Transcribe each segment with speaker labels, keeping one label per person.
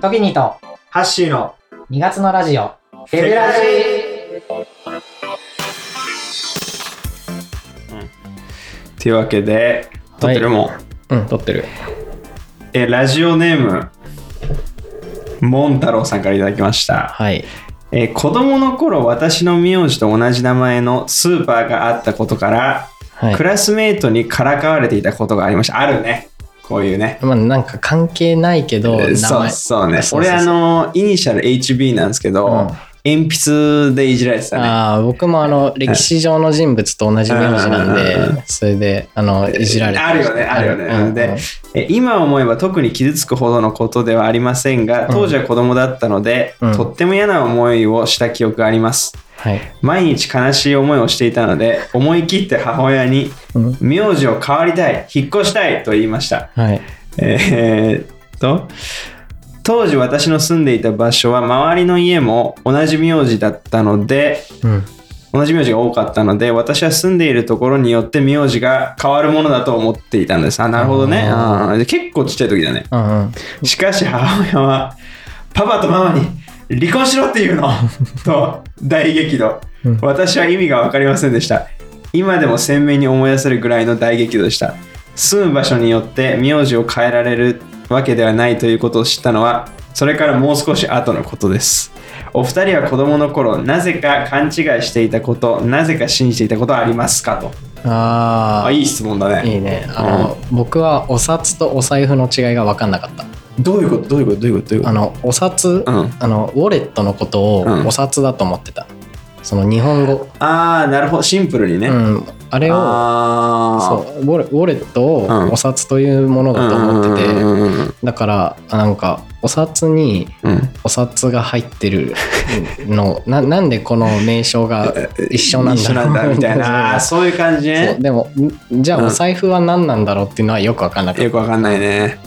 Speaker 1: トキニーと
Speaker 2: ハッシーの
Speaker 1: 2月のラジオ、フェブラジ
Speaker 2: というわけで撮ってるもん、
Speaker 3: うん、撮ってる。
Speaker 2: えラジオネームモン太郎さんからいただきました、
Speaker 3: はい。
Speaker 2: え子供の頃私の名字と同じ名前のスーパーがあったことから、
Speaker 3: はい
Speaker 2: ク。ラスメートにからかわれていたことがありましたあるねこういうね
Speaker 3: まあ、なんか関係ないけど、名前。
Speaker 2: そうそうね
Speaker 3: そうそうそう
Speaker 2: 俺あのイニシャル HB なんですけど、
Speaker 3: うん
Speaker 2: 鉛筆でいじられてたね
Speaker 3: ああ、僕もあの、歴史上の人物と同じ名字なん
Speaker 2: うんうん
Speaker 3: で、それで、あの、いじられてま
Speaker 2: ある
Speaker 3: した
Speaker 2: よねあるよね、
Speaker 3: うんうん
Speaker 2: でえ今思えば特に傷つくほどのことではありませんが当時は子供だったので、
Speaker 3: うん
Speaker 2: とっても嫌な思いをした記憶があります
Speaker 3: はい。
Speaker 2: 毎日悲しい思いをしていたので思い切って母親に
Speaker 3: うん
Speaker 2: 名字を変わりたい引っ越したいと言いました
Speaker 3: はい。
Speaker 2: えーっと当時私の住んでいた場所は周りの家も同じ名字だったので
Speaker 3: うん。
Speaker 2: 同じ名字が多かったので私は住んでいるところによって名字が変わるものだと思っていたんですあなるほどね
Speaker 3: あ
Speaker 2: あー結構ちっちゃい時だね
Speaker 3: うんうん。
Speaker 2: しかし母親はパパとママに離婚しろって言うの と大激怒
Speaker 3: うん
Speaker 2: 私は意味が分かりませんでした今でも鮮明に思い出せるぐらいの大激怒でした住む場所によって名字を変えられるわけではないということを知ったのはそれからもう少し後のことですお二人は子供の頃なぜか勘違いしていたことなぜか信じていたことはありますかと
Speaker 3: あ
Speaker 2: あ
Speaker 3: あ、
Speaker 2: いい質問だね
Speaker 3: いいね。あの、僕はお札とお財布の違いが分かんなかった。
Speaker 2: どういうことどういうことどういうことどういうこ
Speaker 3: あ
Speaker 2: と
Speaker 3: の、お札、
Speaker 2: うん
Speaker 3: あの、ウォレットのことを
Speaker 2: うん
Speaker 3: お札だと思ってた。その日本語。
Speaker 2: ああなるほどシンプルにね、
Speaker 3: うん。あれを、
Speaker 2: ああ
Speaker 3: そうウォレウォレット
Speaker 2: うん
Speaker 3: をお札というものだと思ってて、
Speaker 2: うんうんうん
Speaker 3: だからあなんかお札に
Speaker 2: うん
Speaker 3: お札が入って るのななんでこの名称が一緒なんだろう
Speaker 2: 一緒なんだみた いなあーそういう感じ
Speaker 3: そう
Speaker 2: ね
Speaker 3: でもんじゃ
Speaker 2: う
Speaker 3: あ
Speaker 2: ん
Speaker 3: お財布は何なんだろうっていうのはよく分かんなかっ
Speaker 2: よくわかんないね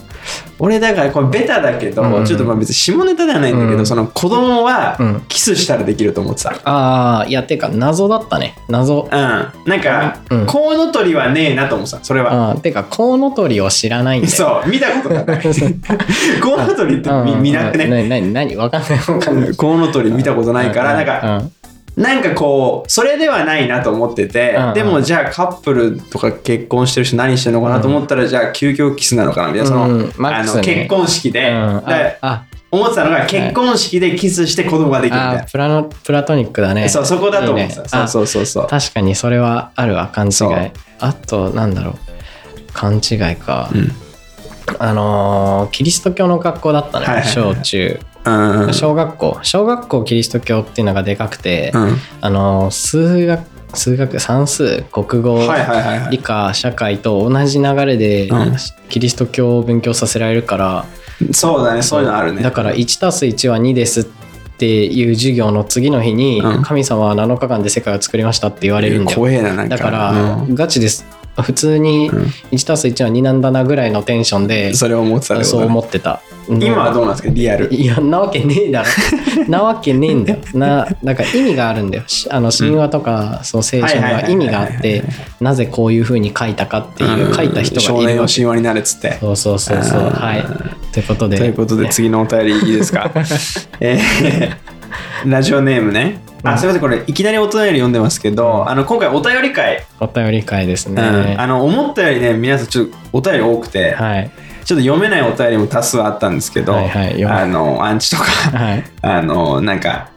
Speaker 2: 俺だからこれベタだけど、
Speaker 3: うん
Speaker 2: ちょっとまあ別に下ネタではないんだけど、
Speaker 3: うん
Speaker 2: その子供は
Speaker 3: た、うん、
Speaker 2: キスしたらできると思ってた
Speaker 3: ああいやてか謎だったね謎
Speaker 2: うんなんか、
Speaker 3: うん
Speaker 2: コウノトリはねえなと思ってたそれは、
Speaker 3: あーてかコウノトリを知らないんだよ
Speaker 2: そう見たこと がないコウノトリって
Speaker 3: うん
Speaker 2: 見見なくね
Speaker 3: な何何分かんない分かんない
Speaker 2: コウノトリ見たこと ないからなんか
Speaker 3: うん
Speaker 2: なんかこうそれではないなと思ってて、
Speaker 3: うんうん
Speaker 2: でもじゃあカップルとか結婚してる人何してるのかなと思ったら、じゃあ究極キスなのかなみたいなその,、
Speaker 3: うんマッ
Speaker 2: あ
Speaker 3: クス
Speaker 2: の
Speaker 3: ね
Speaker 2: 結婚式で、
Speaker 3: うん
Speaker 2: だから
Speaker 3: ああ
Speaker 2: 思ってたのが結婚式でキスして子供ができるみたいな
Speaker 3: あ、ープラノプラトニックだね
Speaker 2: そうそこだと思って
Speaker 3: いい
Speaker 2: た、
Speaker 3: ね
Speaker 2: そうそうそうそう
Speaker 3: あ確かにそれはあるわ勘違
Speaker 2: そう
Speaker 3: いあとなんだろう勘違いか、
Speaker 2: うん
Speaker 3: あのーキリスト教の学校だったのよ、
Speaker 2: はいはいはい
Speaker 3: 小中
Speaker 2: うんうん
Speaker 3: 小学校小学校キリスト教っていうのがでかくて、
Speaker 2: うん
Speaker 3: あのー数学数学算数国語、
Speaker 2: はいはいはいは
Speaker 3: 理
Speaker 2: い
Speaker 3: 科社会と同じ流れで、
Speaker 2: うん
Speaker 3: キリスト教を勉強させられるから、
Speaker 2: そうだねそういうのあるね
Speaker 3: だから1たす1は2ですっていう授業の次の日に、
Speaker 2: うん
Speaker 3: 神様は7日間で世界を作りましたって言われるんだよ。
Speaker 2: 怖えななんか
Speaker 3: だから、
Speaker 2: うん
Speaker 3: ガチです。普通に
Speaker 2: うん
Speaker 3: 1たす1は2なんだなぐらいのテンションで、
Speaker 2: それを思ってたってこと
Speaker 3: そう
Speaker 2: ね
Speaker 3: 思ってた。
Speaker 2: 今はどうなんですかリアル
Speaker 3: いやんなわけねえだ ろなわけねえんだよななんか意味があるんだよしあの神話とか、そう聖書に
Speaker 2: はいはいはいは
Speaker 3: はい意味があってなぜこういうふうに書いたかっていう、書いた人
Speaker 2: 少
Speaker 3: がいる
Speaker 2: 年の
Speaker 3: わけ
Speaker 2: 神話になるっつって
Speaker 3: そうそうそうそう
Speaker 2: あー
Speaker 3: はいということで
Speaker 2: ということで次のお便りいいです かえーラジオネームねあすいませんこれいきなりお便り読んでますけどあの今回お便り会、
Speaker 3: お便り会です
Speaker 2: うん
Speaker 3: ね、
Speaker 2: あの思ったよりね皆さんちょっとお便り多くて、
Speaker 3: はい
Speaker 2: ちょっと読めないお便りも多数あったんですけど、
Speaker 3: はいはい読め
Speaker 2: あのア ンチとか
Speaker 3: はい
Speaker 2: あのなんか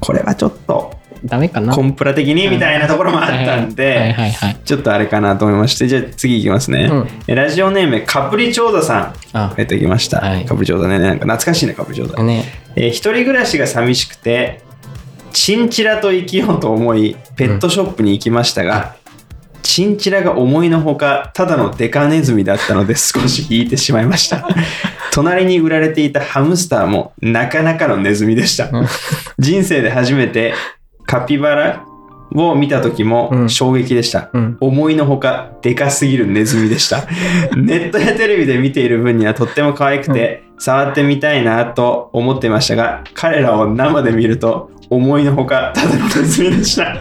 Speaker 2: これはちょっと
Speaker 3: ダメかな
Speaker 2: コンプラ的にみたいなところもあったんで、
Speaker 3: はいはいはい
Speaker 2: ちょっとあれかなと思いましてじゃあ次いきますね、
Speaker 3: うん
Speaker 2: えラジオネームカプリチョーダさん
Speaker 3: あ
Speaker 2: やってきました、
Speaker 3: はい
Speaker 2: カプリチョーダねなんか懐かしいねカプリチョーダ、
Speaker 3: ね
Speaker 2: えー一人暮らしが寂しくてチンチラと生きようと思いペットショップに行きましたが、チンチラが思いのほかただのデカネズミだったので少し引いてしまいま した隣に売られていたハムスターもなかなかのネズミでした
Speaker 3: うん
Speaker 2: 人生で初めてカピバラを見た時
Speaker 3: う
Speaker 2: も
Speaker 3: ん
Speaker 2: 衝撃でした、
Speaker 3: うん
Speaker 2: 思いのほかでかすぎるネズミでした ネットやテレビで見ている分にはとっても可愛くて、触ってみたいなと思っていました が彼らを生で見ると思いのほかただのネズミでした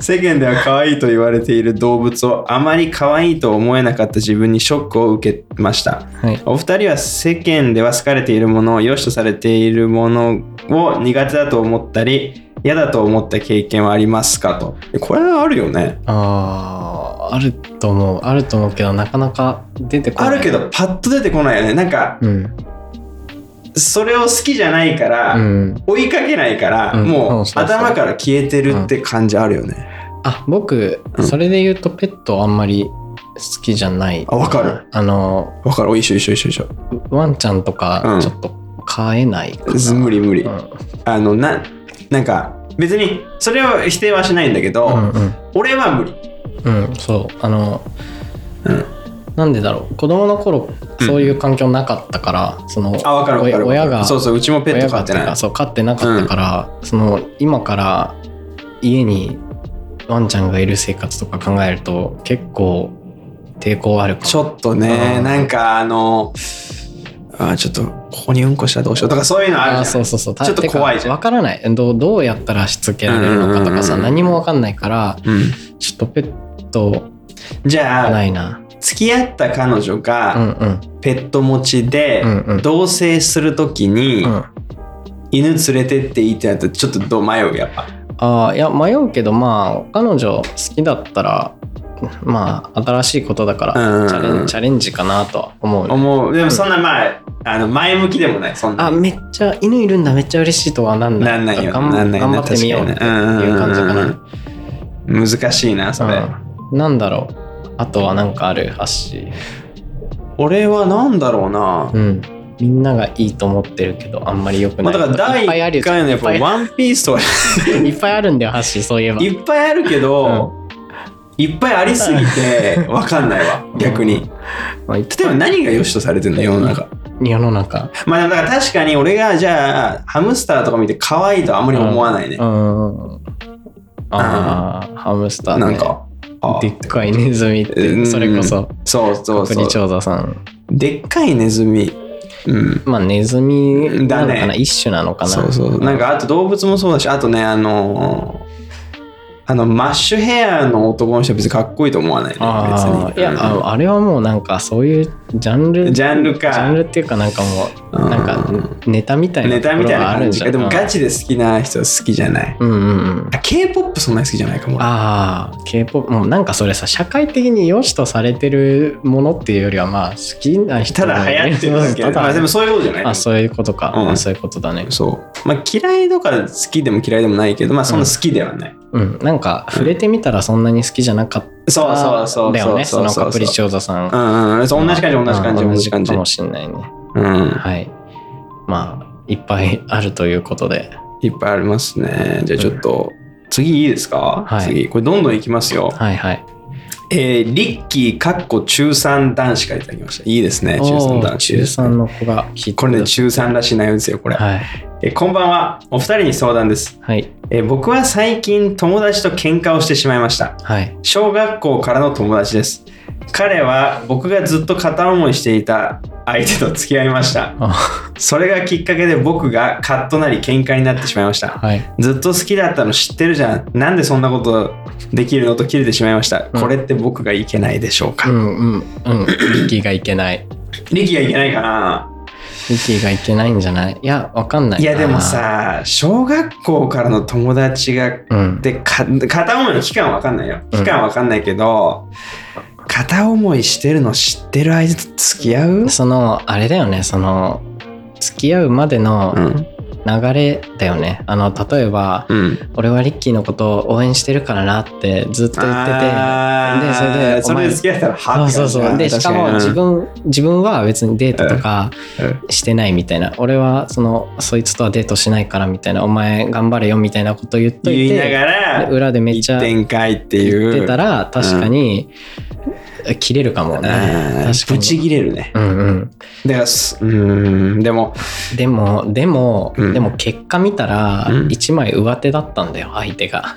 Speaker 2: 世間では可愛いと言われている動物をあまり可愛いと思えなかった自分にショックを受けました
Speaker 3: はい。
Speaker 2: お二人は世間では好かれているものを良しとされているものを苦手だと思ったり嫌だと思った経験はありますかとこれはあるよね
Speaker 3: ああ、あると思う。あると思うけど、なかなか出てこな
Speaker 2: あ
Speaker 3: い。
Speaker 2: るけど。パッと出てこないよねなんか
Speaker 3: うん。
Speaker 2: それを好きじゃないから、
Speaker 3: うん。
Speaker 2: 追いかけないから、
Speaker 3: うん
Speaker 2: も
Speaker 3: そううそうそう
Speaker 2: 頭から消えてるって感じあるよね、
Speaker 3: あ、僕、
Speaker 2: うん
Speaker 3: それで言うと、ペットあんまり好きじゃない。
Speaker 2: あわかる。
Speaker 3: あの、
Speaker 2: わかるお一緒一緒一緒一緒
Speaker 3: ワンちゃんと
Speaker 2: う
Speaker 3: か
Speaker 2: ん、
Speaker 3: ちょっと飼えないかな。
Speaker 2: 無理無理、
Speaker 3: うん。
Speaker 2: あのななんか別にそれを否定はしないんだけど、
Speaker 3: うんうん。
Speaker 2: 俺は無理
Speaker 3: うん、そうあの、
Speaker 2: うん
Speaker 3: なんでだろう子供の頃
Speaker 2: うん
Speaker 3: そういう環境なかったから、その
Speaker 2: あわかるわか
Speaker 3: 親
Speaker 2: る
Speaker 3: 親が
Speaker 2: そうそううちもペッ
Speaker 3: 親
Speaker 2: ト
Speaker 3: が
Speaker 2: 飼って
Speaker 3: て
Speaker 2: ない
Speaker 3: かそう飼ってなかったから、その今から家にワンちゃんがいる生活とか考えると結構抵抗あるかも
Speaker 2: ちょっとね、
Speaker 3: うん
Speaker 2: なんかあのあちょっとここにうんこしたらどうしようとかそういうのあるじゃ
Speaker 3: あ
Speaker 2: ん
Speaker 3: ーそうそうそうた
Speaker 2: ちょっと
Speaker 3: てか
Speaker 2: 怖いじゃん
Speaker 3: わからないどうどうやったらしつけられるのかとかさ、
Speaker 2: うんうんうんうん
Speaker 3: 何もわかんないから
Speaker 2: う
Speaker 3: ちょっとペット
Speaker 2: ん、じゃ
Speaker 3: な
Speaker 2: あ
Speaker 3: いな
Speaker 2: 付き合った彼女
Speaker 3: うん
Speaker 2: が
Speaker 3: うん
Speaker 2: ペット持ちで
Speaker 3: うんうん
Speaker 2: 同棲する時に
Speaker 3: うん
Speaker 2: 犬連れてっていいってなったらちょっとどう迷うやっぱ
Speaker 3: ああいや迷うけどまあ彼女好きだったらまあ新しいことだか
Speaker 2: うんうんうん
Speaker 3: らチャレンチャレンジかなとは思う、
Speaker 2: 思うでもそんなまああの前向きでもないそんな
Speaker 3: あめっちゃ犬いるんだめっちゃ嬉しいとはなんない
Speaker 2: なんないよ
Speaker 3: 頑張
Speaker 2: なんない
Speaker 3: 頑張ってみようっていう感じかな、
Speaker 2: な難しいなそれ、
Speaker 3: うんなんだろうあとはなんかあるハッシー
Speaker 2: 俺は何だろうな、
Speaker 3: うんみんながいいと思ってるけどあんまり良く
Speaker 2: ま
Speaker 3: な
Speaker 2: あ、
Speaker 3: い
Speaker 2: だから
Speaker 3: いっぱいあ
Speaker 2: 第
Speaker 3: る
Speaker 2: 1回のやっぱ「ワンピースとか
Speaker 3: いっぱいあるんだよハッシーそういえば
Speaker 2: いっぱいあるけど、いっぱいありすぎて分かんないわ逆に
Speaker 3: まあいっ
Speaker 2: 例えば何が良しとされてんだ世の中
Speaker 3: 世の中
Speaker 2: まあだから確かに俺がじゃあハムスターとか見て可愛いとあんまり思わないね、
Speaker 3: うんああハムスターね
Speaker 2: なんかあ
Speaker 3: でっかいネズミっ
Speaker 2: う
Speaker 3: て
Speaker 2: ん
Speaker 3: それこそ
Speaker 2: そうそうそ
Speaker 3: 国
Speaker 2: う
Speaker 3: 長座さん
Speaker 2: でっかいネズミうん
Speaker 3: まあネズミなのか
Speaker 2: だ
Speaker 3: な、
Speaker 2: ね
Speaker 3: 一種なのかな
Speaker 2: そうそうなんかあと動物もそうだしあとねあのあのマッシュヘアの男の人は別にかっこいいと思わないね別に
Speaker 3: ああいや
Speaker 2: うん
Speaker 3: ああれはもうなんかそういうジャンル
Speaker 2: ジャンルか
Speaker 3: ジャンルっていうかなんかも
Speaker 2: う
Speaker 3: うんなんかネタみたいな
Speaker 2: ネタみたいな
Speaker 3: ある
Speaker 2: 感
Speaker 3: ん
Speaker 2: じ
Speaker 3: じゃ
Speaker 2: か
Speaker 3: ん
Speaker 2: でもガ
Speaker 3: チ
Speaker 2: チで好きな人は好きじゃない
Speaker 3: うんうんうん
Speaker 2: あ K-POP そんなに好きじゃないかも
Speaker 3: ああ k p o p もうなんかそれさ社会的に良しとされてるものっていうよりはまあ好きな人
Speaker 2: ただ流行ってるだけ
Speaker 3: うんた
Speaker 2: まあでもそういうことじゃない
Speaker 3: あそういうことか、
Speaker 2: うん
Speaker 3: まあそういうことだね
Speaker 2: そうまあ嫌いとか好きでも嫌いでもないけどまあそんな好きではない、
Speaker 3: うんなんか触れてみたらそんなに好きじゃなかった
Speaker 2: そうそうそう
Speaker 3: だよね、
Speaker 2: そ
Speaker 3: そうの
Speaker 2: そう
Speaker 3: カプリチョーザさん。
Speaker 2: うんうんそう同じ感じ同じ感じ
Speaker 3: うん
Speaker 2: 同じ感じ
Speaker 3: かもしんないね。
Speaker 2: うん
Speaker 3: はい。まあ、いっぱいあるということで。
Speaker 2: いっぱいありますねじゃあちょっと次いいですか、
Speaker 3: はい
Speaker 2: 次これどんどんいきますよ、
Speaker 3: はいはい。
Speaker 2: えー、リッキーかっこ中3男子からいただきましたいいですね中
Speaker 3: おー
Speaker 2: 3男子
Speaker 3: 中3の子が聞いて
Speaker 2: これね
Speaker 3: く
Speaker 2: 中3らしい内容ですよこれ、
Speaker 3: ださいはい。
Speaker 2: えーこんばんはお二人に相談です
Speaker 3: はい。
Speaker 2: えー僕は最近友達と喧嘩をしてしまいました
Speaker 3: はい。
Speaker 2: 小学校からの友達です彼は僕がずっと片思いしていた相手と付き合いました
Speaker 3: あ
Speaker 2: それがきっかけで僕がカッとなり喧嘩になってしまいました
Speaker 3: はい。
Speaker 2: ずっと好きだったの知ってるじゃんなんでそんなことできるのと切れてしまいました
Speaker 3: うん
Speaker 2: これって僕がいけないでしょうか、
Speaker 3: うん うんうん。力がいけない。
Speaker 2: 力がいけないかな
Speaker 3: 力がいけないんじゃないいや、わかんない。
Speaker 2: いやでも。さ小学校からの友達が
Speaker 3: うん。
Speaker 2: でか片思いの期間わかんないよ
Speaker 3: うん
Speaker 2: 期間わかんないけど、片思いしてるの知ってる相手と付き合う、
Speaker 3: その、あれだよね、その、付き合うまでの
Speaker 2: うん
Speaker 3: 流れだよね。あの、例えば、
Speaker 2: うん、
Speaker 3: 俺はリッキーのことを応援してるからなってずっと言ってて。でそれで
Speaker 2: そ
Speaker 3: お
Speaker 2: れ
Speaker 3: 前
Speaker 2: で付き合ったら
Speaker 3: そ
Speaker 2: は
Speaker 3: うそ
Speaker 2: って感
Speaker 3: う
Speaker 2: じだ
Speaker 3: そうでし
Speaker 2: 確
Speaker 3: かも
Speaker 2: に
Speaker 3: 自分自分は別にデートとか
Speaker 2: うんうん
Speaker 3: してないみたいな俺はそのそいつとはデートしないからみたいなお前頑張れよみたいなこと言っとい
Speaker 2: 言い
Speaker 3: て
Speaker 2: ながら
Speaker 3: で裏でめっちゃ言
Speaker 2: 展開っていう
Speaker 3: ってたら確かに切れるかもね
Speaker 2: うん
Speaker 3: 確か
Speaker 2: ブチ
Speaker 3: に
Speaker 2: 切れるね
Speaker 3: うんうん
Speaker 2: だからすうんでも
Speaker 3: でもでも
Speaker 2: うん
Speaker 3: でも結果見たら
Speaker 2: うん
Speaker 3: 一枚上手だったんだよ相手が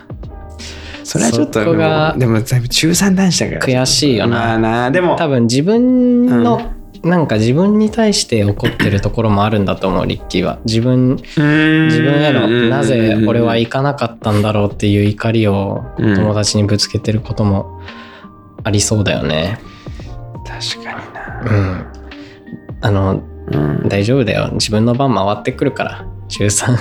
Speaker 2: それはちょっと
Speaker 3: そこが
Speaker 2: でもだいぶ中3男子だから
Speaker 3: 悔しいよな
Speaker 2: まあなでも
Speaker 3: 多分自分
Speaker 2: う
Speaker 3: のなんか自分に対して怒ってるところもあるんだと思うリッキーは自分自
Speaker 2: 自
Speaker 3: 分へのなぜ俺は行かなかったんだろうっていう怒りを
Speaker 2: うん
Speaker 3: 友達にぶつけてることもありそうだよね
Speaker 2: 確かにな
Speaker 3: うんあの
Speaker 2: うん
Speaker 3: 大丈夫だよ自分の番回ってくるから中3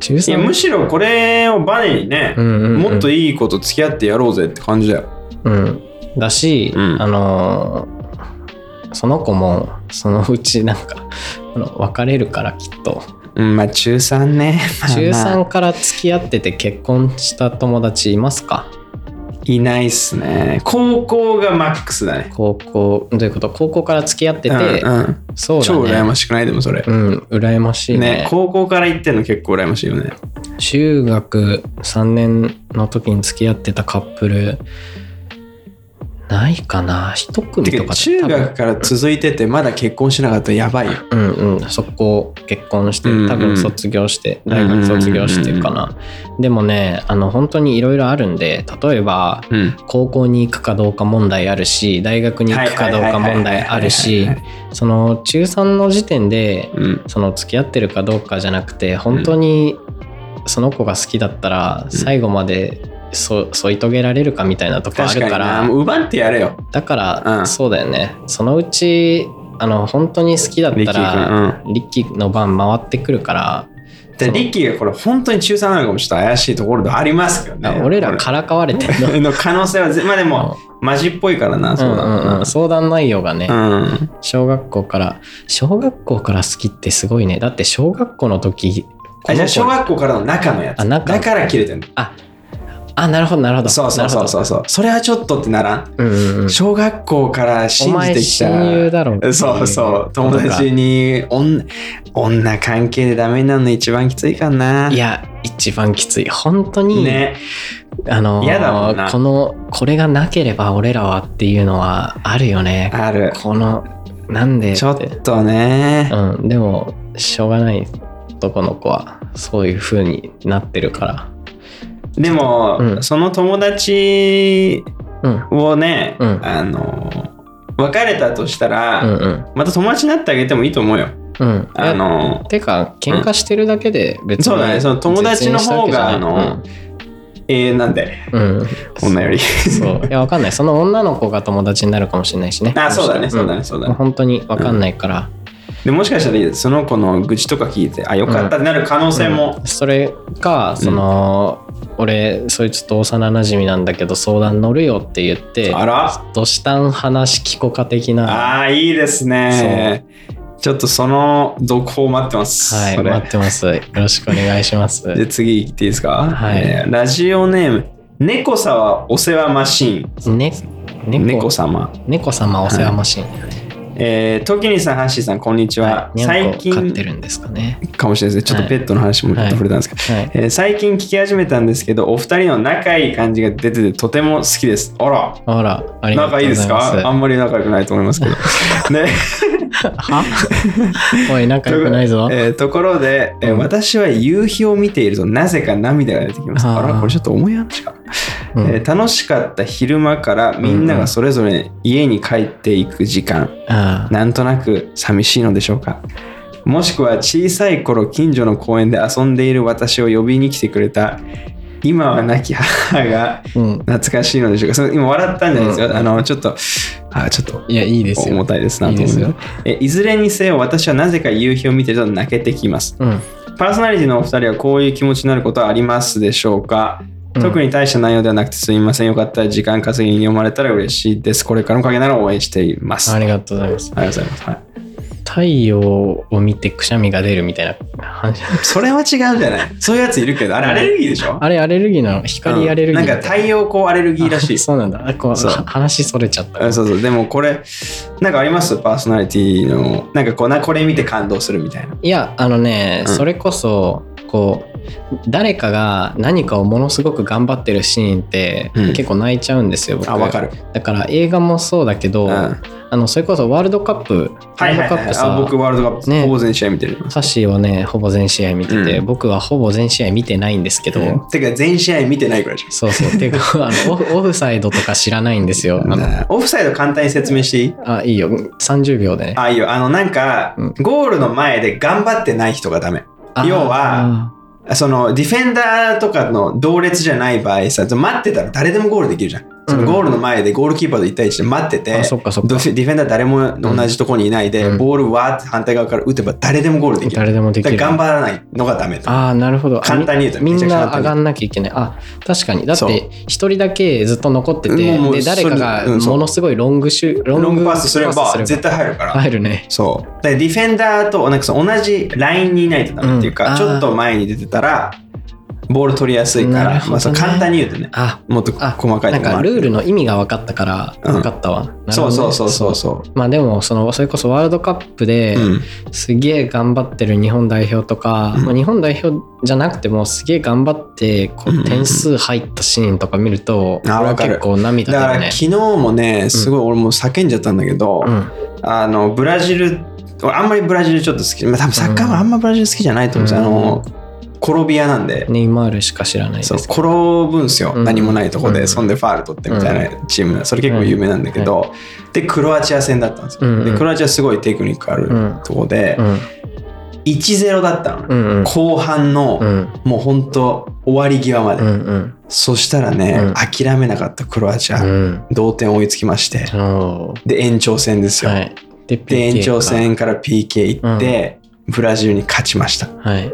Speaker 3: 中
Speaker 2: いやむ
Speaker 3: 3
Speaker 2: しろこれをバネにね、もっといいこと付き合ってやろうぜって感じだよ
Speaker 3: うん、だし、
Speaker 2: うん
Speaker 3: あのーその子もそのうちなんかあの別れるからきっと
Speaker 2: うんまあ中3ね
Speaker 3: 中
Speaker 2: まあまあ
Speaker 3: 3から付き合ってて結婚した友達いますか
Speaker 2: いないっすね高校がマックスだね
Speaker 3: 高校どういうこと高校から付き合ってて、
Speaker 2: うんうん
Speaker 3: そうだ
Speaker 2: 超
Speaker 3: ね
Speaker 2: 羨ましくないでもそれ
Speaker 3: うん羨ましいね
Speaker 2: ね高校から行ってんの結構羨ましいよね
Speaker 3: 中学3年の時に付き合ってたカップルないかな一組
Speaker 2: て
Speaker 3: とか
Speaker 2: か
Speaker 3: って
Speaker 2: 中
Speaker 3: 多分
Speaker 2: 学から続いててまだ結婚しなかったらやばいよ
Speaker 3: うんうん、そこ結婚して
Speaker 2: うんうん
Speaker 3: 多分卒業して、大学卒業してかな、でもねあの本当にいろいろあるんで例えば
Speaker 2: うん
Speaker 3: 高校に行くかどうか問題あるし大学に行くかどうか問題ある
Speaker 2: はい
Speaker 3: し
Speaker 2: はいはい
Speaker 3: その中3の時点で
Speaker 2: うん
Speaker 3: その付き合ってるかどうかじゃなくて本当にその子が好きだったら最後までそ添い遂げられるかみたいなとこあ
Speaker 2: 確
Speaker 3: る
Speaker 2: かに
Speaker 3: から
Speaker 2: なもう奪ってやれよ
Speaker 3: だから、
Speaker 2: うん
Speaker 3: そうだよねそのうちあの本当に好きだった
Speaker 2: リッキー
Speaker 3: ら
Speaker 2: 君
Speaker 3: リッキーの番回ってくるから
Speaker 2: で
Speaker 3: そう
Speaker 2: リッキーがこれ本当に中3なのかもちょっと怪しいところではありますけどね
Speaker 3: あ俺らからかわれてんの
Speaker 2: の可能性はぜまあでもマジっぽいからな そうだ
Speaker 3: んうんうん、相談内容がね、
Speaker 2: うん
Speaker 3: 小学校から小学校から好きってすごいねだって小学校の時
Speaker 2: あじゃあ小
Speaker 3: この子
Speaker 2: 学校からの中のやつ
Speaker 3: あ中
Speaker 2: だから切れてんの
Speaker 3: あなるほどなるほど
Speaker 2: そうそうそうそうそうそれはちょっとってならん、
Speaker 3: なるほどうんうんうん
Speaker 2: 小学校から
Speaker 3: お
Speaker 2: 信じ
Speaker 3: 前
Speaker 2: てきた
Speaker 3: 親友だろってい
Speaker 2: そうそう友達に女女関係でダメになるの一番きついかない
Speaker 3: や一番きつい本当に、
Speaker 2: ね
Speaker 3: あのー
Speaker 2: 嫌だもんな
Speaker 3: このこれがなければ俺らはっていうのはあるよね
Speaker 2: ある
Speaker 3: このなんで
Speaker 2: ちょっとね
Speaker 3: うんでもしょうがない男の子はそういう風になってるか
Speaker 2: でも、
Speaker 3: うん
Speaker 2: その友達
Speaker 3: らうん
Speaker 2: をね、
Speaker 3: うん
Speaker 2: あの別れたとしたら、
Speaker 3: うんうん
Speaker 2: また友達になってあげてもいいと思うよ
Speaker 3: うん
Speaker 2: あ
Speaker 3: いや
Speaker 2: の
Speaker 3: てか喧嘩してるだけで別に
Speaker 2: そうだねその友達の
Speaker 3: 絶
Speaker 2: 方が
Speaker 3: 縁したわけじ
Speaker 2: 永遠なんで
Speaker 3: ゃないうん、うん、
Speaker 2: 女より
Speaker 3: そういやわかんないその女の子が友達になるかもしれないしね
Speaker 2: あそうだねそうだ
Speaker 3: ね、
Speaker 2: ねそう
Speaker 3: うん
Speaker 2: だ
Speaker 3: もう
Speaker 2: ね、
Speaker 3: 本当にわかんないから、
Speaker 2: でもしかしたらその子の愚痴とか聞いてあよかったってなる可能性も、
Speaker 3: うんそれかその、俺そいつと幼なじみなんだけど相談乗るよって言って
Speaker 2: あら
Speaker 3: どしたん話聞こか的な
Speaker 2: あーいいですねちょっとその続報待ってます、
Speaker 3: はい
Speaker 2: それ
Speaker 3: 待ってますよろしくお願いします
Speaker 2: で次行っていいですか、
Speaker 3: はい
Speaker 2: えーラジオネーム猫沢お世話マシー
Speaker 3: ね
Speaker 2: ン
Speaker 3: 猫
Speaker 2: 猫様
Speaker 3: 猫様お世話マシン、
Speaker 2: えー、トキニさんハッシーさんこんにちは、
Speaker 3: はい、にゃん
Speaker 2: 最
Speaker 3: こ飼って
Speaker 2: 近
Speaker 3: るんですかね
Speaker 2: かもしれないですねちょっ
Speaker 3: は
Speaker 2: と
Speaker 3: い
Speaker 2: ペットの話もちょっと触れたんですけど、
Speaker 3: はい
Speaker 2: えー最近聞き始めたんですけどお二人の仲いい感じが出ててとても好きですあら
Speaker 3: ほらありがとうご
Speaker 2: 仲
Speaker 3: ざ
Speaker 2: い
Speaker 3: いま
Speaker 2: いですすかあんまり仲良くないと思います けどね
Speaker 3: おい仲良くないぞ、
Speaker 2: えーところで、えー
Speaker 3: うん
Speaker 2: 私は夕日を見ているとなぜか涙が出てきます
Speaker 3: あ
Speaker 2: あ
Speaker 3: ー
Speaker 2: らこれちょっと重い話か、
Speaker 3: うん
Speaker 2: えー楽しかった昼間からみんながそれぞれ家に帰っていく時間、
Speaker 3: あ
Speaker 2: なんとなく寂しいのでしょうかもしくは小さい頃近所の公園で遊んでいる私を呼びに来てくれた今は亡き母が
Speaker 3: あうん
Speaker 2: 懐かしいのでしょうかそれ今笑ったんじゃないですか、
Speaker 3: うん
Speaker 2: あのちょっとあちょっと
Speaker 3: いやいいです
Speaker 2: 重
Speaker 3: よ
Speaker 2: たいですなと思
Speaker 3: い
Speaker 2: いま
Speaker 3: い
Speaker 2: す
Speaker 3: ですよ
Speaker 2: えいずれにせよ私はなぜか夕日を見てると泣けてきます
Speaker 3: うん
Speaker 2: パーソナリティのお二人はこういう気持ちになることはありますでしょうか、
Speaker 3: うん
Speaker 2: 特に大した内容ではなくてすみませんよかったら時間稼ぎに読まれたら嬉しいですこれからも陰なら応援しています、
Speaker 3: あ
Speaker 2: あり
Speaker 3: りがとうございます
Speaker 2: がとうございます、はい
Speaker 3: 太陽を見てくしゃみが出るみたいな話
Speaker 2: それは違うじゃないそういうやついるけどあれアレルギーでしょ
Speaker 3: あれアレルギーなの光アレルギー
Speaker 2: うんなんか太陽光アレルギーらしい
Speaker 3: あそうなんだあこう
Speaker 2: そう
Speaker 3: は話それちゃった
Speaker 2: うんそうそうでもこれなんかありますパーソナリティのなんかこうなこれ見て感動するみたいない
Speaker 3: やあのね、
Speaker 2: うん
Speaker 3: それこそこう誰かが何かをものすごく頑張ってるシーンって、
Speaker 2: うん
Speaker 3: 結構泣いちゃうんですよ僕
Speaker 2: あわかる
Speaker 3: だから映画もそうだけど、
Speaker 2: うん
Speaker 3: あのそれこそワールドカップ、
Speaker 2: はいは
Speaker 3: ワール
Speaker 2: い
Speaker 3: ド
Speaker 2: は
Speaker 3: カッ
Speaker 2: い
Speaker 3: プ
Speaker 2: あ僕
Speaker 3: さ、
Speaker 2: ワールドカップ、
Speaker 3: ね
Speaker 2: ほぼ全試合見てる。
Speaker 3: サッシーはね、ほぼ全試合見てて、
Speaker 2: うん
Speaker 3: 僕はほぼ全試合見てないんですけど、
Speaker 2: てか全試合見てないぐらいじゃん
Speaker 3: そうそう、てい うかあのオフ、オフサイドとか知らないんですよ。あの
Speaker 2: オフサイド簡単に説明していい
Speaker 3: あ、いいよ、30秒でね。
Speaker 2: ああいうあのなんか、
Speaker 3: うん
Speaker 2: ゴールの前で頑張ってない人がダメ
Speaker 3: あー
Speaker 2: 要は、そのディフェンダーとかの同列じゃない場合さ待ってたら誰でもゴールできるじゃんそのゴールの前でゴールキーパーと1対1で待ってて、
Speaker 3: あそっかそっか
Speaker 2: どうせディフェンダー誰も同じとこにいないで、
Speaker 3: うん
Speaker 2: ボールわーって反対側から打てば誰でもゴールできる
Speaker 3: 誰でもできる。
Speaker 2: だから頑張らないのがダメと
Speaker 3: ああ、なるほど。あ
Speaker 2: 簡単に言うと
Speaker 3: み
Speaker 2: めち
Speaker 3: み
Speaker 2: ゃ
Speaker 3: ん
Speaker 2: くち
Speaker 3: な上
Speaker 2: ゃ簡単に
Speaker 3: がんなきゃいけない。あ、確かに。だっ
Speaker 2: そう
Speaker 3: て、一人だけずっと残ってて、
Speaker 2: もうもう
Speaker 3: で、誰かが
Speaker 2: それうんそう
Speaker 3: ものすごいロングシュ、ロ
Speaker 2: ロングパスすれば
Speaker 3: パスす
Speaker 2: 絶対入るから、
Speaker 3: 入るね。
Speaker 2: そうだからディフェンダーとなんかその同じラインにいないとダメってい
Speaker 3: う
Speaker 2: う
Speaker 3: ん
Speaker 2: か、
Speaker 3: あー
Speaker 2: ちょっと前に出てたらボール取りやすいか
Speaker 3: な
Speaker 2: ら、
Speaker 3: るほどね
Speaker 2: まあ、そう簡単に言うとね
Speaker 3: あ、
Speaker 2: もっと
Speaker 3: あ
Speaker 2: 細かい
Speaker 3: なん
Speaker 2: ところも
Speaker 3: か
Speaker 2: ある
Speaker 3: ルールの意味が分かったから
Speaker 2: うん
Speaker 3: 分かったわ。なる
Speaker 2: そ
Speaker 3: ほど
Speaker 2: う
Speaker 3: ね
Speaker 2: そうそうそうそう
Speaker 3: まあでもそのそれこそワールドカップで
Speaker 2: うん
Speaker 3: すげえ頑張ってる日本代表とか、
Speaker 2: うん
Speaker 3: まあ、日本代表じゃなくてもすげえ頑張ってこ
Speaker 2: うんうんう
Speaker 3: うん点数入ったシーンとか見ると
Speaker 2: あ
Speaker 3: 俺は
Speaker 2: わかる
Speaker 3: 結構涙
Speaker 2: だか
Speaker 3: 出る
Speaker 2: ら
Speaker 3: ね
Speaker 2: 昨。日もねすごい俺も叫んじゃったんだけど、
Speaker 3: うん
Speaker 2: あのブラジル俺あんまりブラジルちょっと好き、まあ、多分サッカーもあんまブラジル好きじゃないと思うんですよ、あの転び屋なんで、
Speaker 3: ネイマールしか知らないです
Speaker 2: そう
Speaker 3: けど
Speaker 2: 転ぶんすよ、
Speaker 3: うん
Speaker 2: 何もないとこで、
Speaker 3: うん
Speaker 2: そんでファール取ってみたいなチーム、それ結構有名なんだけど、でクロアチア戦だったんですよ、
Speaker 3: うんうん
Speaker 2: でクロアチアすごいテクニックある
Speaker 3: うん
Speaker 2: とこで、
Speaker 3: うん
Speaker 2: 1-0だったの、
Speaker 3: う
Speaker 2: ね
Speaker 3: んうん
Speaker 2: 後半の、
Speaker 3: うん
Speaker 2: もう本当終わり際まで、
Speaker 3: うんうん
Speaker 2: そしたらね、
Speaker 3: うん
Speaker 2: 諦めなかったクロアチア、
Speaker 3: うん
Speaker 2: 同点追いつきまして
Speaker 3: あのー
Speaker 2: で延長戦ですよ、
Speaker 3: はいで
Speaker 2: で
Speaker 3: PK
Speaker 2: 延長戦から PK 行って、ブラジルに勝ちました
Speaker 3: かはい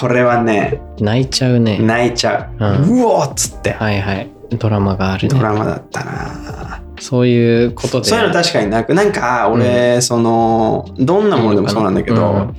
Speaker 2: これはね
Speaker 3: 泣いちゃうね
Speaker 2: 泣いちゃう、う
Speaker 3: う
Speaker 2: おーっつって、
Speaker 3: はいはいドラマがある
Speaker 2: ド
Speaker 3: ね
Speaker 2: ラマだったな
Speaker 3: そういうことで
Speaker 2: そういうの確かになくなんか俺、そのどんなものでもそうなんだけど、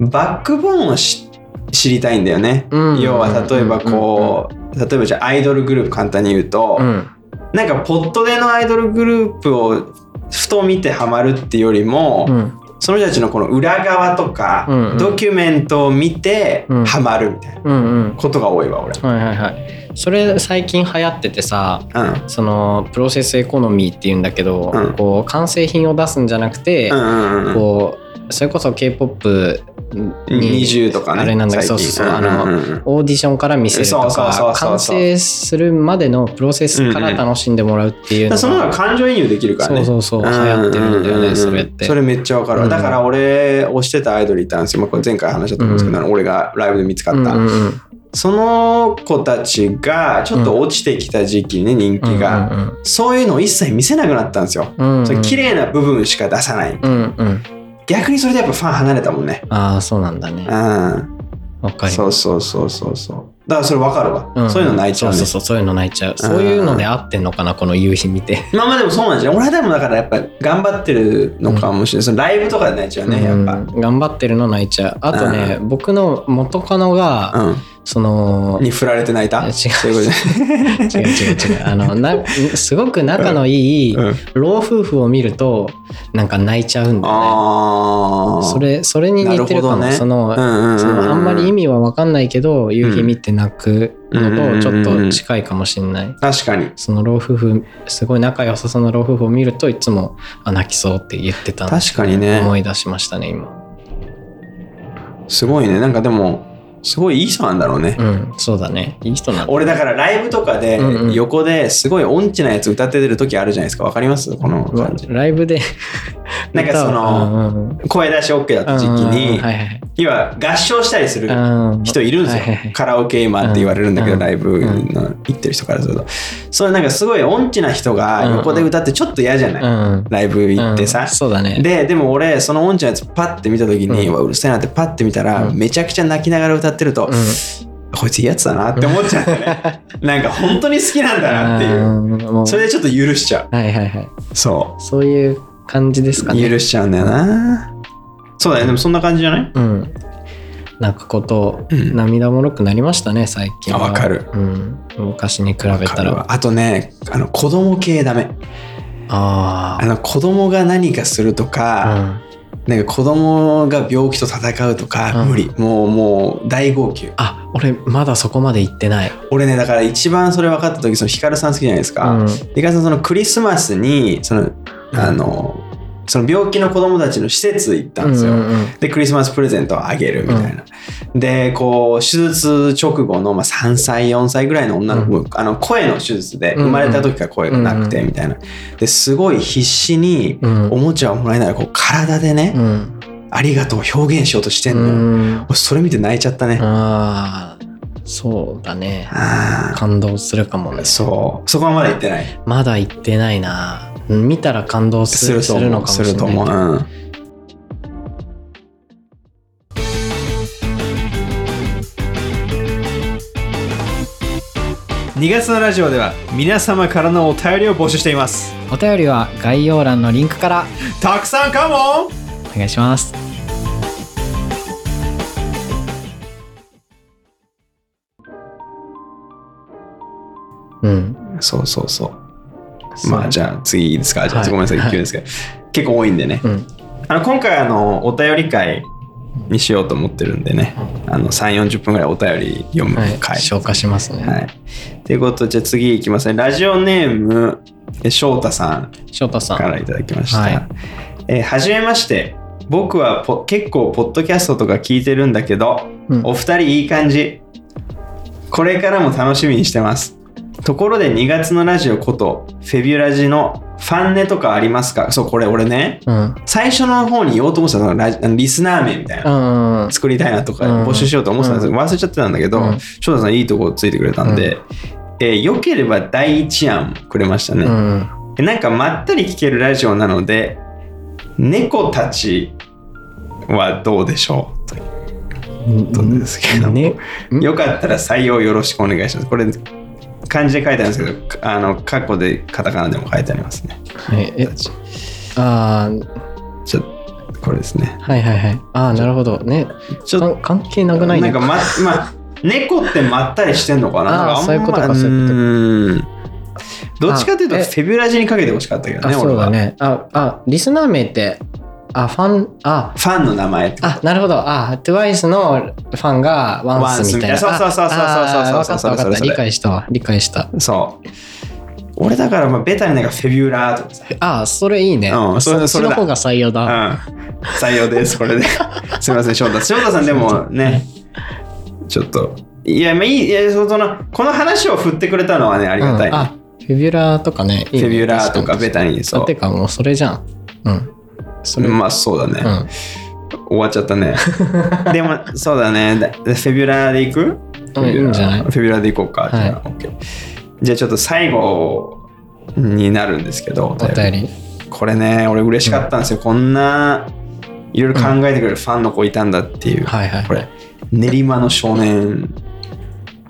Speaker 2: バックボーンをし知りたいんだよね、
Speaker 3: うん
Speaker 2: 要は例えばこう、例えばじゃあアイドルグループ簡単に言うと、
Speaker 3: うんうん
Speaker 2: なんかポットでのアイドルグループをふと見てハマるっていうよりも、
Speaker 3: うん
Speaker 2: その人たちのこの裏側とか、
Speaker 3: うんうん
Speaker 2: ドキュメントを見て
Speaker 3: うん
Speaker 2: ハマるみたいな
Speaker 3: うんうん
Speaker 2: ことが多いわ俺。
Speaker 3: はいはいはいそれ最近流行っててさ
Speaker 2: うん
Speaker 3: そのプロセスエコノミーっていうんだけど、
Speaker 2: うん
Speaker 3: こう完成品を出すんじゃなくて、
Speaker 2: うんうんうん
Speaker 3: こうそれこそ k p o p に
Speaker 2: 20とかね
Speaker 3: あれなんだけど
Speaker 2: 最近
Speaker 3: そうそうそうあの
Speaker 2: うんうんうん
Speaker 3: オーディションから見せると
Speaker 2: そうそうそうそ
Speaker 3: か
Speaker 2: うそう
Speaker 3: 完成するまでのプロセスから楽しんでもらうっていう
Speaker 2: だから
Speaker 3: の
Speaker 2: その方が感情移入できるから
Speaker 3: そ
Speaker 2: ね
Speaker 3: うそうそう流行ってるんだよ
Speaker 2: うううう
Speaker 3: ねそれって
Speaker 2: それめっちゃわかるわ、だから俺推してたアイドルいたんですよ、まあ、これ前回話したと思うんですけど、
Speaker 3: う
Speaker 2: 俺がライブで見つか
Speaker 3: う
Speaker 2: っ
Speaker 3: ん
Speaker 2: た、
Speaker 3: うんうん
Speaker 2: その子たちがちょっと落ちてきた時期ね人気が、
Speaker 3: うん
Speaker 2: そういうのを一切見せなくなったんですよ、
Speaker 3: うんうん
Speaker 2: それ綺麗な部分しか出さない
Speaker 3: うんうん
Speaker 2: 逆にそれでやっぱファン離れたもんね
Speaker 3: ああそうなんだね
Speaker 2: うん、
Speaker 3: わかり
Speaker 2: そうそうそうそうそうだからそれわかるわ、
Speaker 3: ん
Speaker 2: そういうの泣いちゃうね
Speaker 3: そうそうそうそういうの泣いちゃうそういうので合ってんのかなこの夕日見て
Speaker 2: まあまあでもそうなんじゃない俺はでもだからやっぱ頑張ってるのかもしれない、そのライブとかで泣いちゃうねやっぱ、
Speaker 3: うん頑張ってるの泣いちゃうあとね、僕の元カノが、
Speaker 2: うん
Speaker 3: その
Speaker 2: に振られて泣いた
Speaker 3: 違う
Speaker 2: そういうこと
Speaker 3: 違う違う違うあのなすごく仲のいい
Speaker 2: じゃないうん
Speaker 3: 老夫婦を見るとなんか泣いちゃうんだよ
Speaker 2: あ
Speaker 3: ね
Speaker 2: あ
Speaker 3: それそれに似てるかも
Speaker 2: なるほ
Speaker 3: そ
Speaker 2: ど
Speaker 3: の,、
Speaker 2: ねうんうんうんうん
Speaker 3: そのあんまり意味は分かんないけど夕日見て泣くのとちょっと近いかもしんない、
Speaker 2: 確かに
Speaker 3: その老夫婦すごい仲良さそうな老夫婦を見るといつもあ泣きそうって言ってたの
Speaker 2: 確かに
Speaker 3: 思
Speaker 2: ね
Speaker 3: い出しましたね今
Speaker 2: すごいねなんかでもすごいいい人なんだろうね、
Speaker 3: うんそうだねいい人なんだ
Speaker 2: 俺だからライブとかで
Speaker 3: うんうん
Speaker 2: 横ですごい音痴なやつ歌ってる時あるじゃないですかわかりますこの感じ
Speaker 3: ライブで
Speaker 2: なんかその声出し OK だった時期に要は合唱したりする人いるんですよ、カラオケ今って言われるんだけど、
Speaker 3: うん
Speaker 2: ライブの行ってる人からすると、それなんかすごい音痴な人が横で歌ってちょっと嫌じゃない、ライブ行ってさ、
Speaker 3: そうだね
Speaker 2: ででも俺その音痴のやつパッて見た時に、う
Speaker 3: うん
Speaker 2: わうるせえなってパッて見たら、
Speaker 3: うん
Speaker 2: めちゃくちゃ泣きながら歌ってると、こいついいやつだなって思っちゃうんだ ねなんか本当に好きなんだなっていうそれでちょっと許しちゃ
Speaker 3: はいはいはいう
Speaker 2: そ
Speaker 3: そういう感じです
Speaker 2: う
Speaker 3: かね
Speaker 2: 許しちゃうんだよなそうだねでもそんな感じじゃない
Speaker 3: うん泣くこと、
Speaker 2: うん
Speaker 3: 涙もろくなりましたね最近は
Speaker 2: あわかる
Speaker 3: うん、昔に比べたら
Speaker 2: あとねあの子供系ダメ
Speaker 3: あ
Speaker 2: あの子供が何かするとか、
Speaker 3: あ、うん、
Speaker 2: なんか子供が病気と戦うとか、
Speaker 3: うん
Speaker 2: 無理もうもう大号泣
Speaker 3: あ俺まだそこまで行ってない、
Speaker 2: 俺ねだから一番それ分かった時そのヒカルさん好きじゃないですか、
Speaker 3: うん
Speaker 2: でかさんそのクリスマスにそのあのその病気の子供たちの施設行ったんですよ、
Speaker 3: うんうんうん
Speaker 2: でクリスマスプレゼントをあげるみたいな、でこう手術直後の、まあ、3歳4歳ぐらいの女の子、あの声の手術で
Speaker 3: うんうん
Speaker 2: 生まれた時から声がなくてみたいなですごい必死に
Speaker 3: うん
Speaker 2: おもちゃをもらいながらこう体でね、
Speaker 3: うん
Speaker 2: ありがとうを表現しようとしてんのよ、
Speaker 3: うん
Speaker 2: 俺それ見て泣いちゃったね、
Speaker 3: ああそうだね
Speaker 2: あ
Speaker 3: 感動するかもね
Speaker 2: あそうそこはまだ行ってない
Speaker 3: まだ行ってないな見たら感動す
Speaker 2: す
Speaker 3: る
Speaker 2: ると
Speaker 3: するの
Speaker 2: 思う
Speaker 3: か
Speaker 2: す
Speaker 3: もしれ
Speaker 2: ると
Speaker 3: ない
Speaker 2: 思う、うん2月のラジオでは皆様からのお便りを募集しています
Speaker 4: お便りは概要欄のリンクから
Speaker 2: たくさんカモン
Speaker 4: お願いします
Speaker 3: うん
Speaker 2: そうそうそう
Speaker 3: そう
Speaker 2: まあじゃあ次いいですかじゃあ、
Speaker 3: はい
Speaker 2: ごめんなさい
Speaker 3: はい
Speaker 2: 急ですけど、結構多いんでね
Speaker 3: うん
Speaker 2: あの今回あのお便り会にしようと思ってるんでねあの3 4 0分ぐらいお便り読む
Speaker 3: は
Speaker 2: 回、
Speaker 3: い消化しますね
Speaker 2: はい。ということで、じゃあ次いきますね。ラジオネーム、え翔太さん
Speaker 3: 翔太さん
Speaker 2: からいただきました。
Speaker 3: はい
Speaker 2: えーはじめまして。僕はポ結構、ポッドキャストとか聞いてるんだけど、
Speaker 3: うん
Speaker 2: お二人いい感じ。これからも楽しみにしてます。ところで2月のラジオことフェビュラジのファンネとかありますかそうこれ俺ね
Speaker 3: うん
Speaker 2: 最初の方に言おうと思ってたのラジあのリスナー名みたいな
Speaker 3: うん
Speaker 2: 作りたいなとか募集しようと思ってたんですけど、忘れちゃってたんだけど、
Speaker 3: うん
Speaker 2: 翔太さんいいとこついてくれたんで、えー良ければ第一案くれましたね、
Speaker 3: うん
Speaker 2: でなんかまったり聞けるラジオなので猫たちはどうでしょうということですけど、
Speaker 3: ねん
Speaker 2: よかったら採用よろしくお願いしますこれ漢字で書いてあるんですけどあの過去でカタカナでも書いてありますね
Speaker 3: はいえあー
Speaker 2: ちょこれですね
Speaker 3: はいはいはいああなるほどね
Speaker 2: ちょっと
Speaker 3: かん関係なくない
Speaker 2: なん
Speaker 3: ね
Speaker 2: かま、まあ、猫ってまったりしてんのかな
Speaker 3: あー
Speaker 2: なんかんま
Speaker 3: そういうことか
Speaker 2: ーん
Speaker 3: そういうこと
Speaker 2: どっちかというと
Speaker 3: あ
Speaker 2: フ
Speaker 3: え
Speaker 2: ェビュラジにかけてほしかったけど
Speaker 3: あ
Speaker 2: ね、
Speaker 3: そ
Speaker 2: 俺
Speaker 3: うだ
Speaker 2: は。
Speaker 3: ねああリスナー名ってあファンあ
Speaker 2: ファンの名前ってこと
Speaker 3: あなるほどあ TWICE のファンがワンスみたいな
Speaker 2: ワンスみたいなそうそうそうそうそうそうそう
Speaker 3: ああーわかった
Speaker 2: そ
Speaker 3: わ
Speaker 2: れ
Speaker 3: かっ
Speaker 2: そ
Speaker 3: た
Speaker 2: れ
Speaker 3: 理解したわ理解した
Speaker 2: そう。俺だからまあベタになんかフェビュラーとかさ、
Speaker 3: あそれいいね、
Speaker 2: うんそれ
Speaker 3: そっ
Speaker 2: そ
Speaker 3: ち
Speaker 2: れ
Speaker 3: の
Speaker 2: だ
Speaker 3: 方が採用
Speaker 2: うん
Speaker 3: だ、、
Speaker 2: 採用です、これ で。すみません、翔太。翔太さんでもね、ちょっと。いや、まあいいいやその、この話を振ってくれたのはね、ありがたい、
Speaker 3: うんあフェビュラーとかねいいね
Speaker 2: フェビュラーとか
Speaker 3: 確
Speaker 2: ベタに、そ
Speaker 3: に
Speaker 2: う
Speaker 3: て。かもうそれじゃんうんそれ、
Speaker 2: まあそうだね。
Speaker 3: うん
Speaker 2: 終わっちゃったねでもそうだねだフェビュラーで行くフェビュラー
Speaker 3: いいんじゃない
Speaker 2: フェビュラーで行こうか、じゃあ OK じゃあちょっと最後になるんですけどお
Speaker 3: お便り
Speaker 2: これね俺嬉しかったんですよ、こんないろいろ考えてくれるファンの子いたんだっていう、
Speaker 3: はいはい
Speaker 2: これ練馬の少年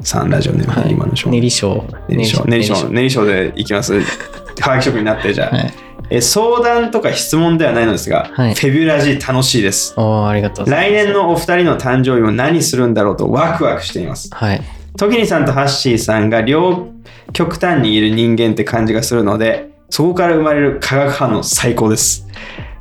Speaker 2: さんラジオね、
Speaker 3: はい
Speaker 2: 練馬の少
Speaker 3: 練
Speaker 2: 年
Speaker 3: り賞
Speaker 2: 練り賞練り
Speaker 3: は
Speaker 2: 賞練り賞でいきます 科学職になってじゃあ、
Speaker 3: い
Speaker 2: え相談とか質問ではないのですが、
Speaker 3: はい
Speaker 2: フェビュラジー楽しいです
Speaker 3: おーありがとうござい
Speaker 2: 来
Speaker 3: ます
Speaker 2: 年のお二人の誕生日を何するんだろうとワクワクしています。
Speaker 3: はい
Speaker 2: トキニさんとハッシーさんが両極端にいる人間って感じがするので、そこから生まれる化学反応最高です。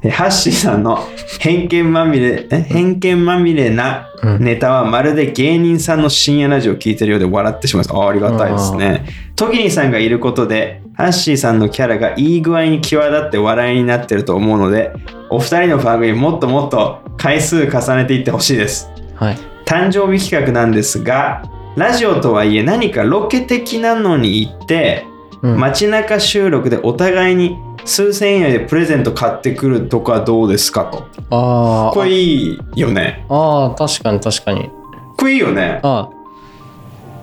Speaker 2: えハッシーさんの偏見まみれ、え偏見まみれな
Speaker 3: うん
Speaker 2: ネタはまるで芸人さんの深夜ラジオを聞いてるようで笑ってしまいます。あありがたいですね。トキニさんがいることで、ハッシーさんのキャラがいい具合に際立って笑いになってると思うので、お二人の番組もっともっと回数重ねていってほしいです。
Speaker 3: はい
Speaker 2: 誕生日企画なんですがラジオとはいえ何かロケ的なのに行って、
Speaker 3: うん
Speaker 2: 街中収録でお互いに数千円でプレゼント買ってくるとかどうですかと
Speaker 3: あー
Speaker 2: これいいよね
Speaker 3: ああ確かに確かに
Speaker 2: これいいよね
Speaker 3: あ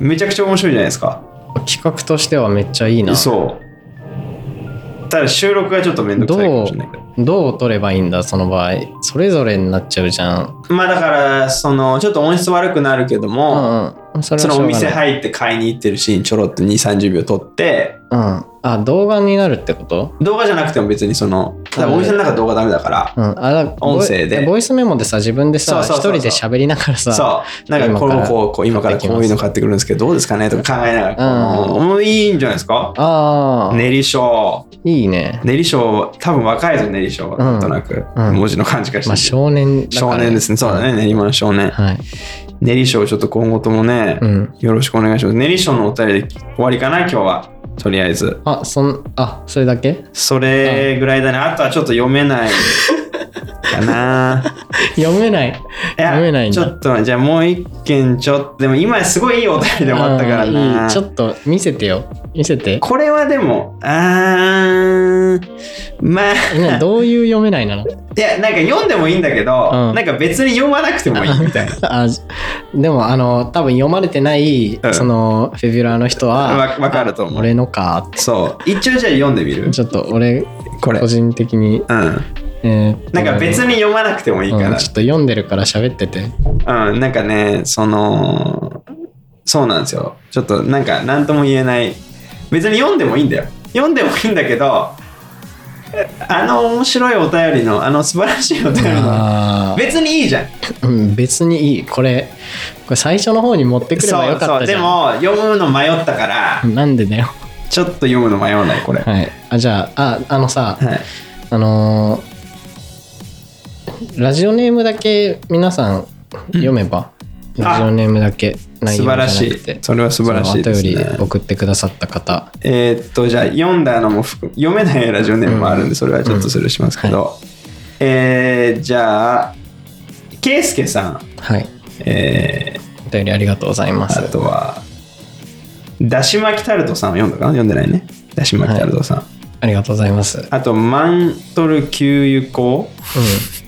Speaker 2: めちゃくちゃ面白いじゃないですか
Speaker 3: ー企画としてはめっちゃいいな
Speaker 2: そうただ収録がちょっとめんどくさいかもしれないけど
Speaker 3: どう取ればいいんだその場合それぞれになっちゃうじゃん
Speaker 2: まあだからそのちょっと音質悪くなるけど
Speaker 3: う
Speaker 2: も、
Speaker 3: んうんそれ
Speaker 2: そ
Speaker 3: はし
Speaker 2: の
Speaker 3: ょう
Speaker 2: お
Speaker 3: が
Speaker 2: 店
Speaker 3: ない
Speaker 2: 入って買いに行ってるシーンちょろっと2 3 0秒撮って
Speaker 3: うんあ動画になるってこと
Speaker 2: 動画じゃなくても別にそのただお店の中動画ダメだから、
Speaker 3: うんあだ
Speaker 2: 音声で
Speaker 3: ボイボイスメモでさ自分でさ
Speaker 2: そう
Speaker 3: 一
Speaker 2: そうそうそう
Speaker 3: 人で喋りながらさ
Speaker 2: そうなんかこれもこうこう
Speaker 3: 今
Speaker 2: 今か
Speaker 3: からら
Speaker 2: こういうの買ってくるんですけどどうですかねとか考えながらこう、もういいんじゃないですか
Speaker 3: ああ、
Speaker 2: 練り賞
Speaker 3: いいね
Speaker 2: 練り賞多分若いぞ練り賞なんとなく、
Speaker 3: うん
Speaker 2: 文字の感じがして、
Speaker 3: まあ少年だから
Speaker 2: 少年ですねそうだね練馬の少年
Speaker 3: はい
Speaker 2: 練り賞ちょっと今後ともね、
Speaker 3: うん
Speaker 2: よろしくお願いします練り賞のお便りで終わりかな今日はとりあえず
Speaker 3: あそんあそれだけ
Speaker 2: それぐらいだねあとはちょっと読めないか な
Speaker 3: 読めない
Speaker 2: いや
Speaker 3: 読めないん
Speaker 2: ち
Speaker 3: だ
Speaker 2: ょっとじゃあもう一件ちょっとでも今すごいいいお便りで終わったから
Speaker 3: うんい
Speaker 2: ない
Speaker 3: ちょっと見せてよ見せて
Speaker 2: これはでもあーまあ
Speaker 3: ねどういう読めないなの
Speaker 2: いやなんか読んでもいいんだけど、
Speaker 3: うん
Speaker 2: なんか別に読まなくてもいい みたい な
Speaker 3: あじでもあの多分読まれてない、
Speaker 2: うん
Speaker 3: そのフェビュラーの人は
Speaker 2: わわかると思う
Speaker 3: 俺のかっ
Speaker 2: そう一応じゃあ読んでみる
Speaker 3: てちょっと俺
Speaker 2: これ
Speaker 3: 個人的に、
Speaker 2: うん
Speaker 3: えーっと
Speaker 2: なんか別に読まなくてもいいか
Speaker 3: うん
Speaker 2: ら
Speaker 3: ちょっと読んでるから喋ってて
Speaker 2: うん、なんかね、その、そうなんですよ。ちょっとなんか何とも言えない。別に読んでもいいんだよ。読んでもいいんだけど、えあの面白いお便りの、あの素晴らしいお便りの、
Speaker 3: あー
Speaker 2: 別にいいじゃん。
Speaker 3: うん別にいいこれこれ最初の方に持ってくれば
Speaker 2: そ
Speaker 3: よ
Speaker 2: う
Speaker 3: か
Speaker 2: そ
Speaker 3: っ
Speaker 2: う。
Speaker 3: たじ
Speaker 2: で
Speaker 3: ゃん
Speaker 2: も、読むの迷ったから、
Speaker 3: なんでだよ
Speaker 2: ちょっと読むの迷わない、これ。はい。
Speaker 3: はいあじゃあああのさ、あのーラジオネームだけ皆さん読めば、
Speaker 2: ん
Speaker 3: ラジオネームだけ内容じ
Speaker 2: 素晴
Speaker 3: ゃな
Speaker 2: らし
Speaker 3: くて
Speaker 2: い。それは素晴らしいで
Speaker 3: そのお
Speaker 2: す
Speaker 3: 便り
Speaker 2: ね。
Speaker 3: 送ってくださった方
Speaker 2: えーっと、じゃあ読んだのも含む読めないラジオネームもあるんで、それはちょっとそれしますけど、えーじゃあ、ケイスケさん。
Speaker 3: はい
Speaker 2: えー
Speaker 3: お便りありがとうございます
Speaker 2: あとは、だし巻きタルトさんを読んだかな読んでないね。だし巻きタルトさん。
Speaker 3: ありがとうございますうん
Speaker 2: あと、マントル給油口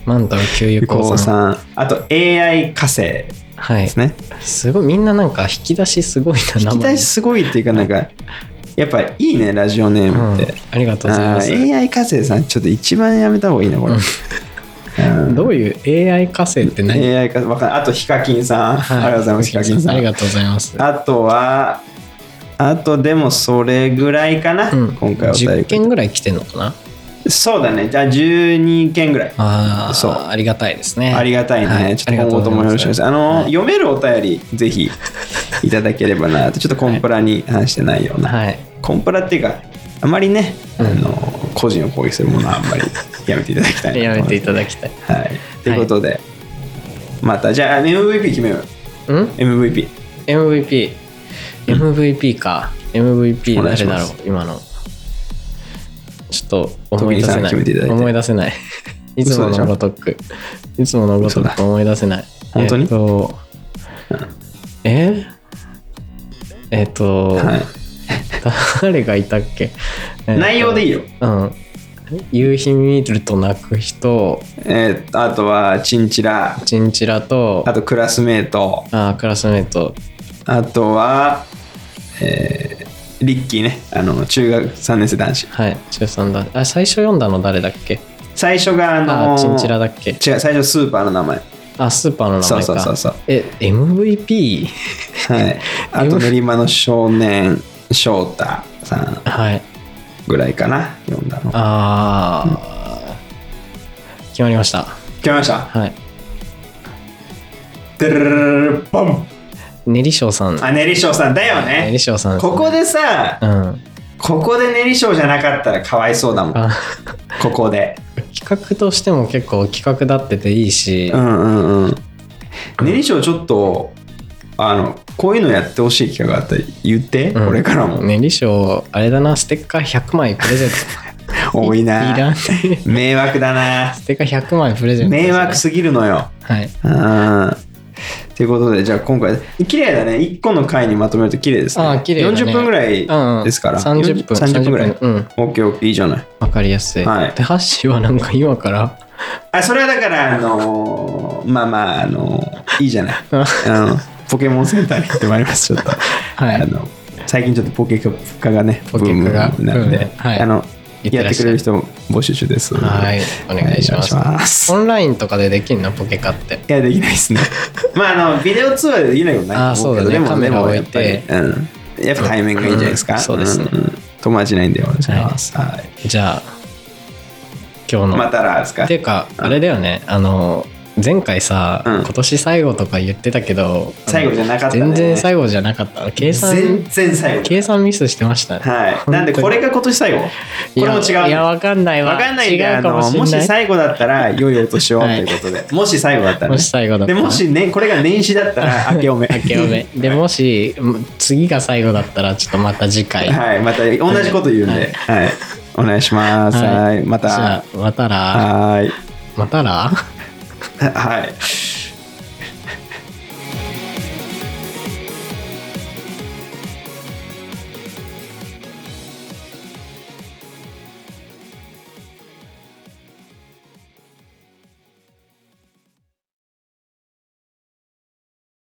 Speaker 3: マンタル給油口さん
Speaker 2: さん。あと、AI 火星で
Speaker 3: はい
Speaker 2: すね。
Speaker 3: すごいみんななんか引き出しすごいな
Speaker 2: 期
Speaker 3: 名前
Speaker 2: 待すごいっていうか、なんか、やっぱいいね、ラジオネームっ
Speaker 3: うん
Speaker 2: て。
Speaker 3: ありがとうござい
Speaker 2: あ
Speaker 3: ます
Speaker 2: ー AI 火星さん、ちょっと一番やめた方がいいな、これ。うん
Speaker 3: どういう AI 火星って何、
Speaker 2: AI 火星、わかんない。あと、ヒカキンさん。ありがとうございます、ヒカキンさ
Speaker 3: あり
Speaker 2: ん。
Speaker 3: がとうございます
Speaker 2: あとは、あとでもそれぐらいかな、
Speaker 3: うん、
Speaker 2: 今回お便り
Speaker 3: 10件ぐらい来てんのかな
Speaker 2: そうだね。じゃあ12件ぐらい。
Speaker 3: ああ
Speaker 2: そう
Speaker 3: ありがたいですね
Speaker 2: ありがたいね。
Speaker 3: はい
Speaker 2: ちょっと今後ともよろしくお願いします。あの、
Speaker 3: はい
Speaker 2: 読めるお便り、ぜひいただければなと。ちょっとコンプラに反してないような。
Speaker 3: はい
Speaker 2: コンプラっていうか、あまりね、あの、個人を攻撃するものはあん まりやめていただきたいなと
Speaker 3: やめていただきたい
Speaker 2: はい。ということで、また、じゃあ MVP 決めよう。
Speaker 3: うん
Speaker 2: MVP。
Speaker 3: MVP MVP か MVP
Speaker 2: お願いし
Speaker 3: 誰
Speaker 2: ま
Speaker 3: だろ
Speaker 2: す
Speaker 3: う今のちょっと思い出せ
Speaker 2: トミーさん
Speaker 3: な
Speaker 2: 決めていただい
Speaker 3: い
Speaker 2: て
Speaker 3: 思い出せないいつものごとくいつものごと
Speaker 2: 嘘だ
Speaker 3: く思い出せない
Speaker 2: 本当に
Speaker 3: えっとええっと
Speaker 2: はい
Speaker 3: 誰がいたっけ
Speaker 2: 内容でい
Speaker 3: い
Speaker 2: いよ。
Speaker 3: うん夕日見ると泣く人
Speaker 2: えーあとは、チンチラ。
Speaker 3: チンチラと
Speaker 2: あと、クラスメート。
Speaker 3: あクラスメート
Speaker 2: あとは、えーリッキーね。あの、中学3年生男子。
Speaker 3: はい中3だあ最初読んだの誰だっけ
Speaker 2: 最初が、あの
Speaker 3: あチンチラだっけ
Speaker 2: 違う、最初スーパーの名前。
Speaker 3: あ、スーパーの名前か。
Speaker 2: そうそうそうそう。
Speaker 3: え、MVP?
Speaker 2: はい。あと、練馬の少年、翔太さん
Speaker 3: はい。
Speaker 2: ぐらいかな。読んだの。
Speaker 3: あー、決まりました。
Speaker 2: 決めました。
Speaker 3: はい。
Speaker 2: てるるるるるポン
Speaker 3: ねりしょうさん。
Speaker 2: あ、練り翔さんだよ
Speaker 3: ねり
Speaker 2: ね。
Speaker 3: しょうさんすね、
Speaker 2: ここでさ
Speaker 3: う、ん。
Speaker 2: ここで練り翔じゃなかったらかわいそうだもん。
Speaker 3: あ
Speaker 2: ここで。
Speaker 3: 企画としても結構企画だってていいし、
Speaker 2: うんうん うん。練り翔ちょっと、あの、こういうのやってほしい企画があったら言って、
Speaker 3: うん
Speaker 2: これからも。
Speaker 3: ねりしょう、あれだな、ステッカー100枚プレゼン
Speaker 2: 多
Speaker 3: ト。
Speaker 2: い
Speaker 3: いら
Speaker 2: な。
Speaker 3: ん。 ス
Speaker 2: 迷惑 だな。
Speaker 3: テッカー100枚プレゼントですね。
Speaker 2: 迷惑すぎるのよ。
Speaker 3: はい。
Speaker 2: うん。ということで、じゃあ今回、綺麗だね。1個の回にまとめると綺麗ですね。
Speaker 3: あー綺麗だね
Speaker 2: 40分ぐら
Speaker 3: うんう
Speaker 2: い
Speaker 3: ん
Speaker 2: ですから。
Speaker 3: 30分
Speaker 2: 30分ぐらい。
Speaker 3: 30分
Speaker 2: オッケーオッケー、いいじゃない。
Speaker 3: わかりやすい。
Speaker 2: はい
Speaker 3: で、ハッシーはなんか今から、
Speaker 2: あ、それはだから、あのーまあまあ、あのーいいじゃない。
Speaker 3: うん
Speaker 2: あのポケモンセンターに行ってまいります、ちょっと。
Speaker 3: は
Speaker 2: あ
Speaker 3: い。
Speaker 2: の最近ちょっとポケカがね、
Speaker 3: ポケカが
Speaker 2: ブームなんで、
Speaker 3: うんはい
Speaker 2: あの
Speaker 3: いって
Speaker 2: やっ
Speaker 3: らってし
Speaker 2: く
Speaker 3: ゃ
Speaker 2: れ
Speaker 3: い
Speaker 2: る人も募集中です。
Speaker 3: はい。お願いします。
Speaker 2: お願いします
Speaker 3: オンラインとかでできんのポケカって。
Speaker 2: いや、できないですね。 まあ、あの、ビデオ通話でできないことないと思けど
Speaker 3: あーそうだね
Speaker 2: でも、
Speaker 3: カメラ置い
Speaker 2: で
Speaker 3: て
Speaker 2: もやっぱり、うん。やっぱ対面がいいんじゃないですか。
Speaker 3: うんそうですね
Speaker 2: んん友達いないんで、お願いします。はい。
Speaker 3: じゃあ今日の、
Speaker 2: またらですか
Speaker 3: ていうかあれだよねあの前回さ、
Speaker 2: うん
Speaker 3: 今年最後とか言ってたけど
Speaker 2: 最後じゃなかったね
Speaker 3: 全然最後じゃなかった計算
Speaker 2: 全然最後
Speaker 3: 計算ミスしてましたね
Speaker 2: はいなんでこれが今年最後こ
Speaker 3: い
Speaker 2: れも
Speaker 3: や
Speaker 2: 違う
Speaker 3: いやわかんないわ
Speaker 2: わかんないんで
Speaker 3: 違
Speaker 2: あ
Speaker 3: うか
Speaker 2: の
Speaker 3: もしんない
Speaker 2: もし最後だったら良いお年をと
Speaker 3: はいいう
Speaker 2: ことでもし最後だったら
Speaker 3: も
Speaker 2: ね
Speaker 3: し最後だった
Speaker 2: で
Speaker 3: ら
Speaker 2: もしねこれが年始 だったら明けおめ
Speaker 3: 明けお めでもしうん次が最後だったらちょっとまた次回
Speaker 2: はいまた同じこと言うんではいお願いします
Speaker 3: はい
Speaker 2: はいま
Speaker 3: じゃ
Speaker 2: た
Speaker 3: あまたら
Speaker 2: はい
Speaker 3: またら
Speaker 2: はい